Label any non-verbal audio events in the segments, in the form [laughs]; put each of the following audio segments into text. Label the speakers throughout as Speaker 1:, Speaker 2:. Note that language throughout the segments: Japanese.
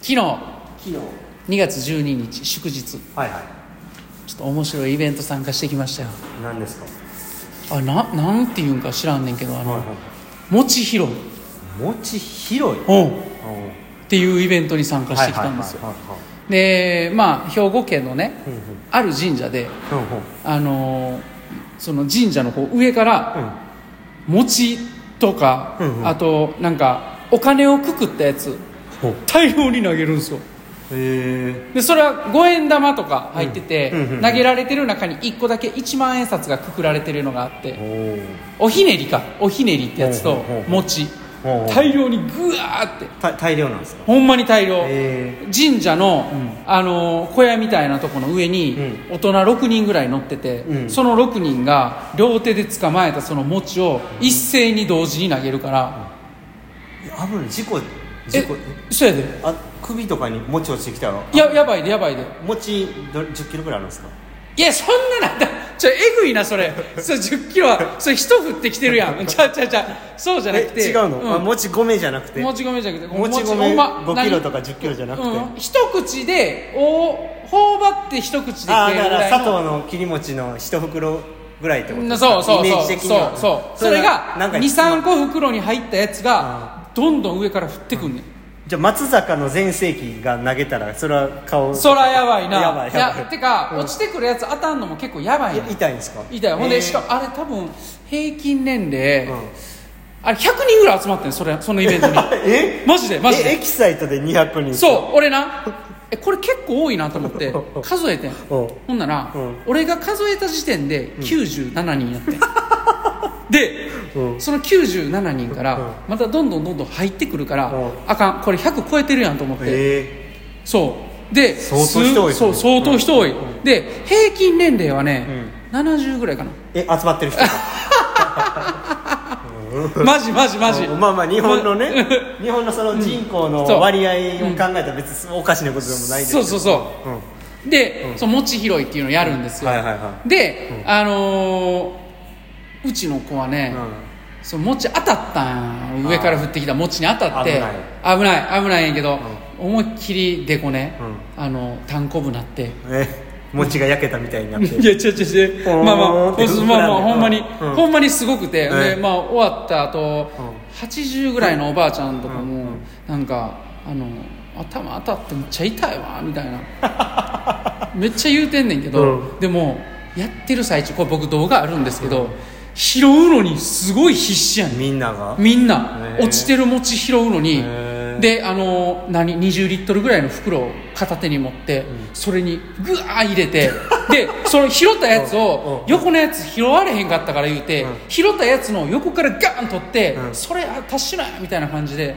Speaker 1: 昨日
Speaker 2: 昨日
Speaker 1: 2月12日祝日ちょ
Speaker 2: はいは
Speaker 1: っと面白いイベント参加してきましたよ
Speaker 2: い何ですか
Speaker 1: あななんていうんか知らんねんけどあの
Speaker 2: は
Speaker 1: 「もちひろい」
Speaker 2: い餅広い
Speaker 1: うんっ
Speaker 2: うん
Speaker 1: ていうイベントに参加してきたんですよ
Speaker 2: はいはいはいはい
Speaker 1: でまあ兵庫県のね
Speaker 2: うんうん
Speaker 1: ある神社で
Speaker 2: うんうん
Speaker 1: あのーその神社のこう上から餅とか、
Speaker 2: うんうん
Speaker 1: あとなんかお金をくくったやつ
Speaker 2: ほう
Speaker 1: 大量に投げるんですよ
Speaker 2: え
Speaker 1: でそれは5円玉とか入ってて、
Speaker 2: うんうんうんうん
Speaker 1: 投げられてる中に1個だけ1万円札がくくられてるのがあっ
Speaker 2: ー
Speaker 1: て
Speaker 2: おー
Speaker 1: おひねりかおひねりってやつ
Speaker 2: ほ
Speaker 1: と
Speaker 2: うほうほう
Speaker 1: 餅
Speaker 2: ほうほう
Speaker 1: 大量にグワーって
Speaker 2: た大量なんですか
Speaker 1: ほんまに大量、
Speaker 2: え
Speaker 1: 神社の、
Speaker 2: うん
Speaker 1: あの小屋みたいなとこの上に大人6人ぐらい乗ってて、
Speaker 2: うん
Speaker 1: その6人が両手で捕まえたその餅を一斉に同時に投げるから、
Speaker 2: ー危ない事故
Speaker 1: え
Speaker 2: 事故
Speaker 1: そうやで
Speaker 2: あ首とかに餅落ちてきたら
Speaker 1: ややばいでやばいで
Speaker 2: 餅ど1 0キロぐらいあるんですか
Speaker 1: いやそんななんだちょえぐいなそれそれ1 0キロはそれ人振ってきてるやんちゃうちゃうちゃうそうじゃなくて
Speaker 2: え違うの、
Speaker 1: ん
Speaker 2: あ餅米じゃなくて
Speaker 1: もち米じゃなくて
Speaker 2: もち米
Speaker 1: ほんま
Speaker 2: 5
Speaker 1: 何
Speaker 2: キロとか10キロじゃなくて
Speaker 1: うん一口でお頬張って一口で食
Speaker 2: ああ
Speaker 1: える
Speaker 2: だ
Speaker 1: ぐ
Speaker 2: から
Speaker 1: らい
Speaker 2: 佐
Speaker 1: の
Speaker 2: 藤の切り餅の一袋ぐらいってことです
Speaker 1: そう
Speaker 2: か
Speaker 1: そう
Speaker 2: イメ
Speaker 1: そう
Speaker 2: ージ
Speaker 1: そう
Speaker 2: 的には
Speaker 1: そうそれが
Speaker 2: なんか
Speaker 1: 23個袋に入ったやつ
Speaker 2: あ
Speaker 1: がどんどん上から降ってくんねん
Speaker 2: じゃあ松坂の全盛期が投げたらそれは顔
Speaker 1: そらやばいな
Speaker 2: やばいやばい
Speaker 1: てか、落ちてくるやつ当たんのも結構やばい
Speaker 2: い
Speaker 1: ね
Speaker 2: や痛いんですか
Speaker 1: ん痛いよほんでしか
Speaker 2: も、
Speaker 1: もあれ多分平均年齢、
Speaker 2: うん
Speaker 1: あれ100人ぐらい集まってんそれそのイベン
Speaker 2: [laughs]
Speaker 1: トに
Speaker 2: え
Speaker 1: マジでマジ
Speaker 2: えエ
Speaker 1: で
Speaker 2: キサイトで200人
Speaker 1: そう俺なえこれ結構多いなと思って数えてん
Speaker 2: うん
Speaker 1: ほんなら、
Speaker 2: うん
Speaker 1: 俺が数えた時点で97人や
Speaker 2: [laughs]
Speaker 1: ってん、で、
Speaker 2: うん
Speaker 1: その97人か
Speaker 2: うん
Speaker 1: らまたどんどんどんどん入ってくるから、
Speaker 2: うん
Speaker 1: あかんこれ100超えてるやんと思って、
Speaker 2: え
Speaker 1: そうで
Speaker 2: 相当人多いです
Speaker 1: そ
Speaker 2: ね
Speaker 1: う相当人多い、
Speaker 2: うん
Speaker 1: で平均年齢はね、70ぐらいかな
Speaker 2: ー、え集まってる人か
Speaker 1: マジマジマジ、
Speaker 2: うん [laughs] まあまあ日本のね日本のその人口の割合
Speaker 1: う
Speaker 2: を
Speaker 1: ん
Speaker 2: 考えたら別におかしなことでもないです、
Speaker 1: そうそうそう
Speaker 2: うん、
Speaker 1: うで、その餅拾いっていうのをやるんですよ、
Speaker 2: はいはいは
Speaker 1: で、あのーうちの子はね、
Speaker 2: い、
Speaker 1: その餅当たったん上から降ってきた餅に当たって危ない危ないんやけど、思いっきりでこね、あのたんこぶなって。
Speaker 2: うん、え餅が焼けたみたいになっ
Speaker 1: い
Speaker 2: て
Speaker 1: や違う違う違う
Speaker 2: おー
Speaker 1: まあまあ
Speaker 2: おー
Speaker 1: まあまあほんまに、
Speaker 2: うんうん
Speaker 1: ほんまにすごくて、
Speaker 2: ね
Speaker 1: でまあ終わった後、
Speaker 2: う
Speaker 1: 80ぐらいのおばあちゃんとかも、
Speaker 2: うんうん
Speaker 1: なんかあの頭当たってめっちゃ痛いわみたいなめっちゃ言うてんねんけど、
Speaker 2: う
Speaker 1: でもやってる最中これ僕動画あるんですけど、拾うのにすごい必死やねん
Speaker 2: みんなが
Speaker 1: みんな
Speaker 2: へー
Speaker 1: 落ちてる餅拾うのに
Speaker 2: へー
Speaker 1: であの何20リットルぐらいの袋を片手に持って、それにぐわー入れ
Speaker 2: [laughs]
Speaker 1: てでその拾ったやつ
Speaker 2: うん
Speaker 1: を
Speaker 2: うん
Speaker 1: 横のやつ拾われへんかったから言うて、
Speaker 2: うん
Speaker 1: 拾ったやつの横からガーン取って、
Speaker 2: うん
Speaker 1: それあ達しないみたいな感じで、
Speaker 2: へえ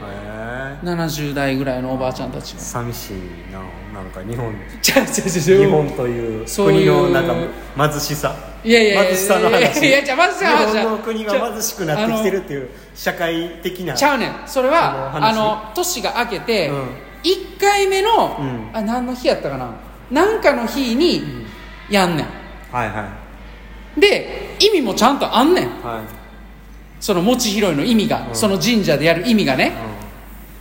Speaker 1: 70代ぐらいのおばあちゃんたちが
Speaker 2: 寂しいななんか日本
Speaker 1: ちゃうちゃうちゃう
Speaker 2: 日本という
Speaker 1: そうい
Speaker 2: 国
Speaker 1: う
Speaker 2: のなんか貧しさ
Speaker 1: いやいやいや
Speaker 2: 貧しさの話
Speaker 1: いやいやじゃあ貧しさの話
Speaker 2: 日本の国が貧しくなってきてるっていう社会的な
Speaker 1: ちゃうねんそれは
Speaker 2: あ
Speaker 1: あ
Speaker 2: の話
Speaker 1: の年が明けて、
Speaker 2: うん
Speaker 1: 一1回目の、
Speaker 2: うん
Speaker 1: あ何の日やったかな何かの日にやんね
Speaker 2: はいはい
Speaker 1: んで意味もちゃんとあんねん
Speaker 2: はい、
Speaker 1: その餅拾いの意味が、
Speaker 2: うん
Speaker 1: その神社でやる意味がね、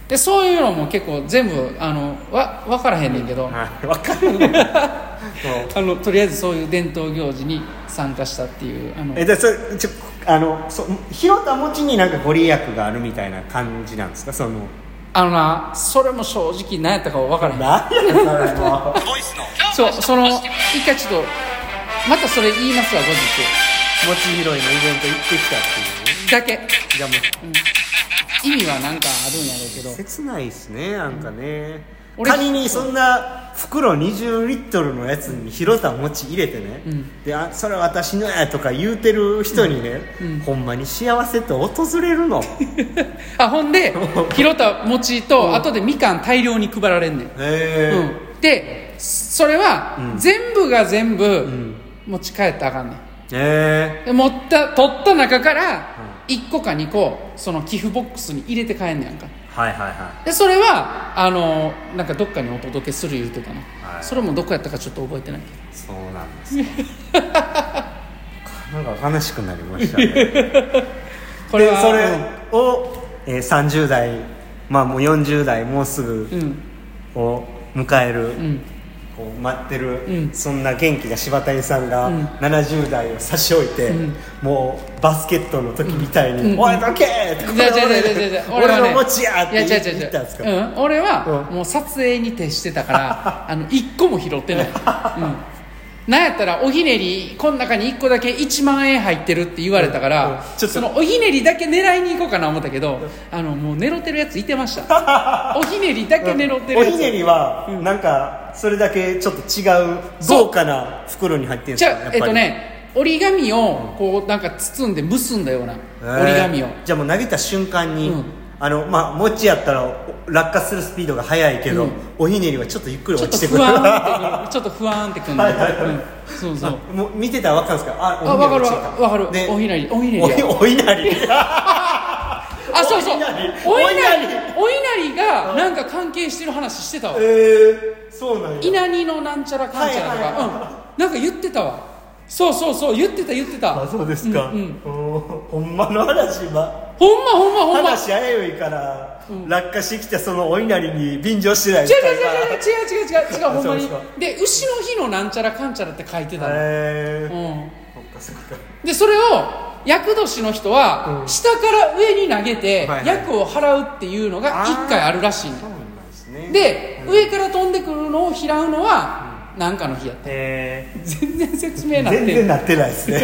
Speaker 1: でそういうのも結構全部あのわ分からへんねんけど、
Speaker 2: うんはい、分かるね
Speaker 1: [laughs]
Speaker 2: そう
Speaker 1: あのとりあえずそういう伝統行事に参加したっていうあの
Speaker 2: えでそれちょあのそ拾った餅になんかご利益があるみたいな感じなんですかそ
Speaker 1: [laughs]
Speaker 2: の
Speaker 1: あのなそれも正直何やったかは分からへん
Speaker 2: なんやねんそれも
Speaker 1: そうその一回ちょっとまたそれ言いますわ後日
Speaker 2: 餅拾いのイベント行ってきたっていう
Speaker 1: だけ
Speaker 2: じゃあもう
Speaker 1: 意味はなんかあるんやろうけど
Speaker 2: [laughs] 切ないですねなんかね、
Speaker 1: うん俺
Speaker 2: 仮にそんな袋20リットルのやつに拾った餅入れてね、
Speaker 1: うん
Speaker 2: であそれ私のやとか言うてる人にね、ほんまに幸せって訪
Speaker 1: [laughs]
Speaker 2: れるのへ
Speaker 1: あほん
Speaker 2: [laughs]
Speaker 1: で拾った餅と後でみかん大量に配られんねん、
Speaker 2: え、
Speaker 1: うん、でそれは
Speaker 2: うん
Speaker 1: 全部が全部
Speaker 2: ん
Speaker 1: 持ち帰ったらあかんね
Speaker 2: へえ
Speaker 1: んで持った取った中から1個か2個その寄付ボックスに入れて帰んねやんか
Speaker 2: はいはいは
Speaker 1: でそれはあのなんかどっかにお届けする言うてたな、
Speaker 2: はい
Speaker 1: それもどこやったかちょっと覚えてないけど
Speaker 2: いそうなん
Speaker 1: [laughs]
Speaker 2: ですねなんか悲しくなりましたね
Speaker 1: これ
Speaker 2: で
Speaker 1: は
Speaker 2: それを、えー、30代まあもう40代もうすぐ
Speaker 1: うん、うん
Speaker 2: を迎える、
Speaker 1: うん
Speaker 2: こう待ってる、
Speaker 1: うん
Speaker 2: そんな元気な柴谷さんが
Speaker 1: うん
Speaker 2: 70代を差し置いて、
Speaker 1: うん
Speaker 2: もうバスケットの時みたいに「
Speaker 1: うん
Speaker 2: おいどけ!」ってこ
Speaker 1: じゃ
Speaker 2: れ
Speaker 1: あじゃあじゃあじゃあじゃあ
Speaker 2: 俺
Speaker 1: はね
Speaker 2: の持ちや!」って
Speaker 1: いや
Speaker 2: 言
Speaker 1: 違う違う違う
Speaker 2: 言ったんですか、
Speaker 1: うん、俺は
Speaker 2: うん
Speaker 1: もう撮影に徹してたからあの一個も拾ってない、うん、なんやったらおひねりこの中に一個だけ1万円入ってるって言われたから、
Speaker 2: うんうんちょっと
Speaker 1: そのおひねりだけ狙いに行こうかな思ったけど、あのもう狙ってるやついてましたおひねりだけ狙ってる
Speaker 2: お
Speaker 1: やつ
Speaker 2: ひねりは、なんかそれだけちょっと違う
Speaker 1: そう
Speaker 2: 豪華な袋に入ってるんで
Speaker 1: じ
Speaker 2: すかや
Speaker 1: ゃ
Speaker 2: っぱ
Speaker 1: あえ
Speaker 2: り
Speaker 1: っとね折り紙をこうなんか包んで結んだような折り紙を、
Speaker 2: えーじゃあもう投げた瞬間に、
Speaker 1: うん
Speaker 2: あのまあ持ちやったらお落下するスピードが速いけど、
Speaker 1: うん
Speaker 2: おひねりはちょっとゆっくり
Speaker 1: ちょ
Speaker 2: 落
Speaker 1: っと
Speaker 2: ちてく
Speaker 1: 不
Speaker 2: る
Speaker 1: 安ってくるちょっと不安ってくるんだよ、
Speaker 2: はいはいはい
Speaker 1: うんそう
Speaker 2: [laughs]
Speaker 1: そう
Speaker 2: あもう見てたら分かるんですかあ
Speaker 1: あ、わかる
Speaker 2: おひね
Speaker 1: わ
Speaker 2: り落ちてた
Speaker 1: わかる。
Speaker 2: で
Speaker 1: おひなり、おひねり
Speaker 2: お
Speaker 1: や。
Speaker 2: ひおひなり
Speaker 1: [laughs] あ、そうそう。
Speaker 2: おひなり
Speaker 1: おひなり
Speaker 2: おひなり、
Speaker 1: おひなりが、なんか関係してる話してたわ
Speaker 2: え。ー、そうなんや
Speaker 1: 稲荷のなんちゃらかんちゃらと
Speaker 2: はいは
Speaker 1: か、うん。なんか言ってたわ。そうそうそう、言ってた言ってた。
Speaker 2: あそうです
Speaker 1: う
Speaker 2: か、
Speaker 1: んうん
Speaker 2: おーほんまの話は
Speaker 1: ほんまほんまほんま。違
Speaker 2: 話あやよいから、落下してきたそのお稲荷に便乗してない
Speaker 1: 違う
Speaker 2: ですか
Speaker 1: 違う違う違う違う違う違うほんまに
Speaker 2: そうですか。
Speaker 1: で、牛の日のなんちゃらかんちゃらって書いてたの。
Speaker 2: えー
Speaker 1: うん。
Speaker 2: そっかそっか
Speaker 1: で、それを。厄年の人は
Speaker 2: うん
Speaker 1: 下から上に投げて
Speaker 2: はいはい
Speaker 1: 厄を払うっていうのが1回あるらしいの
Speaker 2: そうなんですね
Speaker 1: で、上から飛んでくるのを拾うのは何かの日やった
Speaker 2: えー
Speaker 1: 全然説明なって
Speaker 2: 全
Speaker 1: る
Speaker 2: 然なってない
Speaker 1: [laughs]
Speaker 2: ですね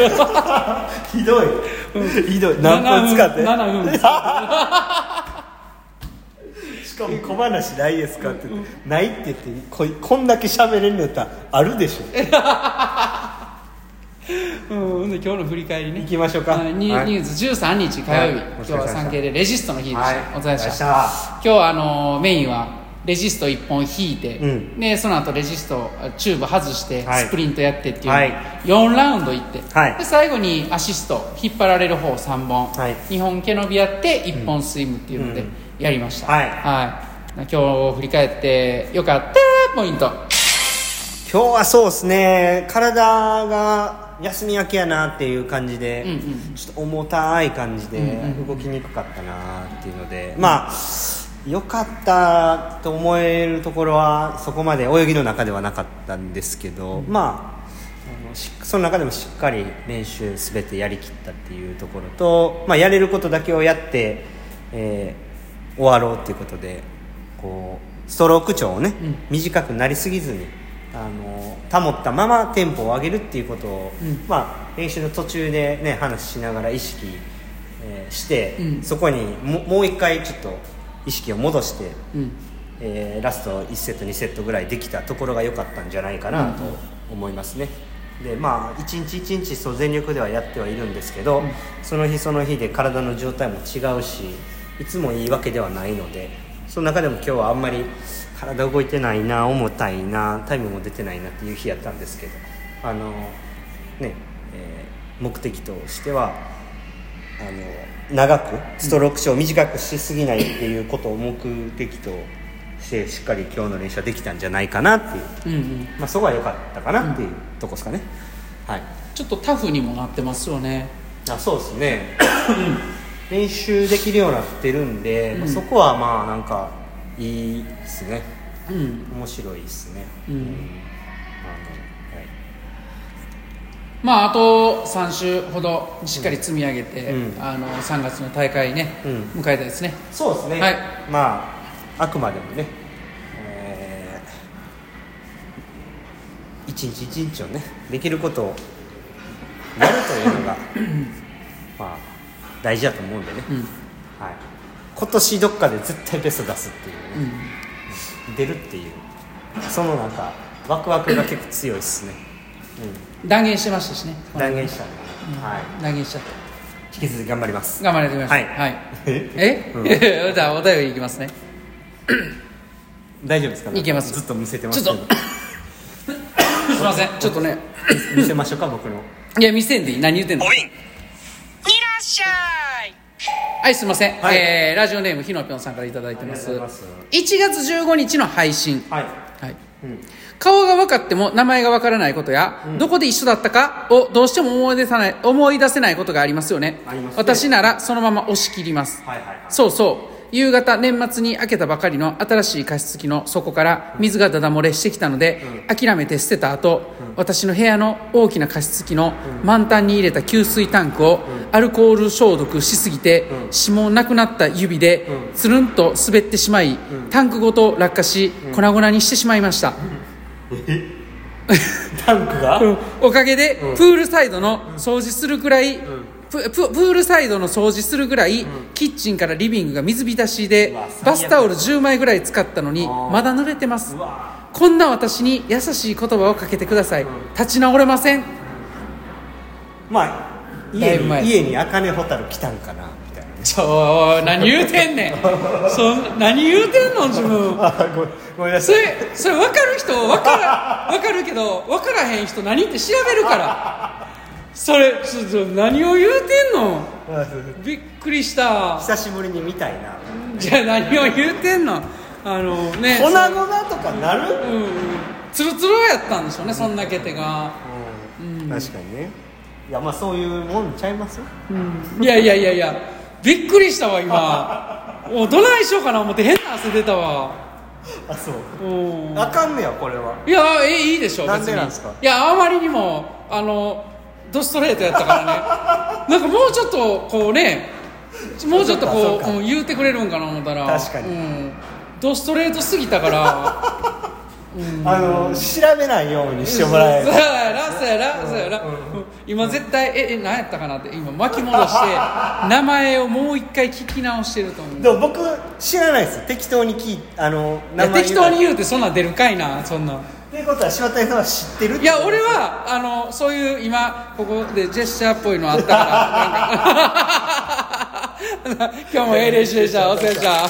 Speaker 2: ひどい、ひどい何分使って
Speaker 1: 7分
Speaker 2: しかも小話ないですかって言って、ないって言ってこいこんだけ喋れんのやったらあるでしょ
Speaker 1: うんうんで今日の振り返りね
Speaker 2: 行きましょうか
Speaker 1: はいニュ
Speaker 2: はい
Speaker 1: ニュース13日火曜日、
Speaker 2: はい
Speaker 1: 今日は産経でレジストの日でした、お疲れ様でした
Speaker 2: た
Speaker 1: 今日はあのメインはレジスト1本引いて、
Speaker 2: うん
Speaker 1: でその後レジストチューブ外して
Speaker 2: はい
Speaker 1: スプリントやってっていう、
Speaker 2: はい
Speaker 1: 4ラウンドいって、
Speaker 2: はい
Speaker 1: で最後にアシスト引っ張られる方3本、
Speaker 2: はい
Speaker 1: 2本毛伸びやって1本スイムっていうので
Speaker 2: うん
Speaker 1: やりました、
Speaker 2: はい
Speaker 1: 今日振り返ってよかったポイント
Speaker 2: 今日はそうですね体が休み明けやなっていう感じで、
Speaker 1: うんうん
Speaker 2: ちょっと重たい感じで
Speaker 1: うんうん
Speaker 2: 動きにくかったなっていうので、まあ良かったと思えるところはそこまで泳ぎの中ではなかったんですけど、まああのしその中でもしっかり練習すべてやりきったっていうところと、まあ、やれることだけをやって、えー終わろうっていうことでこうストローク長をね、
Speaker 1: うん
Speaker 2: 短くなりすぎずにあの保ったままテンポを上げるっていうことを、
Speaker 1: うん
Speaker 2: まあ、練習の途中で、ね、話しながら意識、えーして、
Speaker 1: うん
Speaker 2: そこにももう一回ちょっと意識を戻して、
Speaker 1: うん
Speaker 2: えーラスト1セット2セットぐらいできたところが良かったんじゃないかなと思いますね。でまあ、一日一日そう全力ではやってはいるんですけど、その日その日で体の状態も違うしいつもいいわけではないのでその中でも今日はあんまり体動いてないな重たいなタイムも出てないなっていう日やったんですけどあの、ねえー目的としてはあの長くストローク賞を短くしすぎないっていうことを目的としてしっかり今日の練習はできたんじゃないかなって
Speaker 1: う
Speaker 2: いう、
Speaker 1: んうん
Speaker 2: まあ、そこは良かったかなっていうとこですかね、はい
Speaker 1: ちょっとタフにもなってますよね
Speaker 2: あそうです [coughs] ね練習できるようになってるんで、まあ
Speaker 1: うん
Speaker 2: そこはまあなんかいいですね
Speaker 1: うん
Speaker 2: 面白いですね
Speaker 1: うん
Speaker 2: あのはい
Speaker 1: まあ、あと3週ほどしっかり積み上げて、
Speaker 2: うん
Speaker 1: あの3月の大会ね、
Speaker 2: うん
Speaker 1: 迎えたいですね
Speaker 2: そうですね、
Speaker 1: はい
Speaker 2: まああくまでもね、えー一日一日をねできることをやるというの
Speaker 1: [coughs]
Speaker 2: がまあ大事だと思うんでね、
Speaker 1: うん
Speaker 2: はい、今年どっかで絶対ベスト出すっていうね、出るっていうそのなんかワクワクが結構強いですね、
Speaker 1: 断言してましたしね
Speaker 2: うん、断言したね、はい
Speaker 1: 断言しちゃった
Speaker 2: 引き続き頑張ります
Speaker 1: 頑張られてください
Speaker 2: はい
Speaker 1: はい、え、[laughs]
Speaker 2: う
Speaker 1: じゃあお便りいきますね
Speaker 2: 大丈夫ですかね
Speaker 1: いけます
Speaker 2: ずっと見せてま
Speaker 1: ちょ
Speaker 2: す
Speaker 1: っと
Speaker 2: けど [laughs]
Speaker 1: すいませんちょっとね
Speaker 2: 見せましょうか僕の
Speaker 1: いや見せんでいい何言ってんの
Speaker 2: ビン
Speaker 3: いらっしゃい
Speaker 1: はいすいません、
Speaker 2: はい
Speaker 1: えーラジオネームひのぴょんさんからいただいてます
Speaker 2: あり
Speaker 1: 1
Speaker 2: がとうござい
Speaker 1: 月15日の配信、
Speaker 2: はい、
Speaker 1: はい、
Speaker 2: うん、
Speaker 1: 顔が分かっても名前が分からないことや、どこで一緒だったかをどうしても思い出さない思い出せないことがありますよね
Speaker 2: ありますね
Speaker 1: 私ならそのまま押し切ります、
Speaker 2: はいはいはい
Speaker 1: そうそう夕方年末に開けたばかりの新しい加湿器の底から水がだだ漏れしてきたので、諦めて捨てた後、私の部屋の大きな加湿器の満タンに入れた給水タンクをアルコール消毒しすぎて、指紋なくなった指でつるんと滑ってしまい、タンクごと落下し粉々にしてしまいました、
Speaker 2: タンクが、
Speaker 1: おかげでプールサイドの掃除するくらい、プププールサイドの掃除するぐらい、キッチンからリビングが水浸しで
Speaker 2: うわ最悪
Speaker 1: バスタオル10枚ぐらい使ったのにまだ濡れてます
Speaker 2: うわ
Speaker 1: こんな私に優しい言葉をかけてください立ち直れません
Speaker 2: まあ
Speaker 1: だい
Speaker 2: 家
Speaker 1: ぶ前
Speaker 2: に家に茜蛍来たんかなみたいな
Speaker 1: ちょ何言うてんねん [laughs] そん何言うてんの自分
Speaker 2: あごめんごめんな
Speaker 1: そ
Speaker 2: さい
Speaker 1: れそれ分かる人分 [laughs] から分かるけど分からへん人何って調べるからそれちょちょ何を言うてんのびっくりした
Speaker 2: 久しぶりに見たいな
Speaker 1: じゃあ何を言うてんのあのね
Speaker 2: 粉々とかなる、
Speaker 1: うんうんツルツルやったんでしょうねそんだけ手が
Speaker 2: 確かにねいやまあそういうもんちゃいます
Speaker 1: いやいやいやいやびっくりしたわ
Speaker 2: [laughs]
Speaker 1: 今おどないしようかな思って変な汗出たわ
Speaker 2: あそう
Speaker 1: うん
Speaker 2: あかんねやこれはい
Speaker 1: やえいいでしょ
Speaker 2: なんで
Speaker 1: 別に
Speaker 2: なんすか
Speaker 1: いやあまりにもあのドストレートやった
Speaker 2: [laughs]
Speaker 1: からねなんかもうちょっとこうねもうちょっと
Speaker 2: そう
Speaker 1: こ
Speaker 2: か
Speaker 1: うう
Speaker 2: そうか
Speaker 1: ん言うてくれるんかな思ったら
Speaker 2: 確かに
Speaker 1: うん、ドストレートすぎたから
Speaker 2: あの調べないようにしてもらえ
Speaker 1: そう
Speaker 2: る
Speaker 1: やなそうやなそうやな、うん今絶対ええ何やったかなって今巻き戻して名前をもう一回聞き直してると思う
Speaker 2: でも僕知らないです適当に聞いあの
Speaker 1: いや適当に
Speaker 2: う
Speaker 1: 言うてそんなん出るかいなそんなん
Speaker 2: っていうことは柴田さんは知ってる
Speaker 1: いや俺はあのそういう今ここでジェスチャーっぽいのあった [laughs] からなんか今日もええ練習でしたお疲れ様でした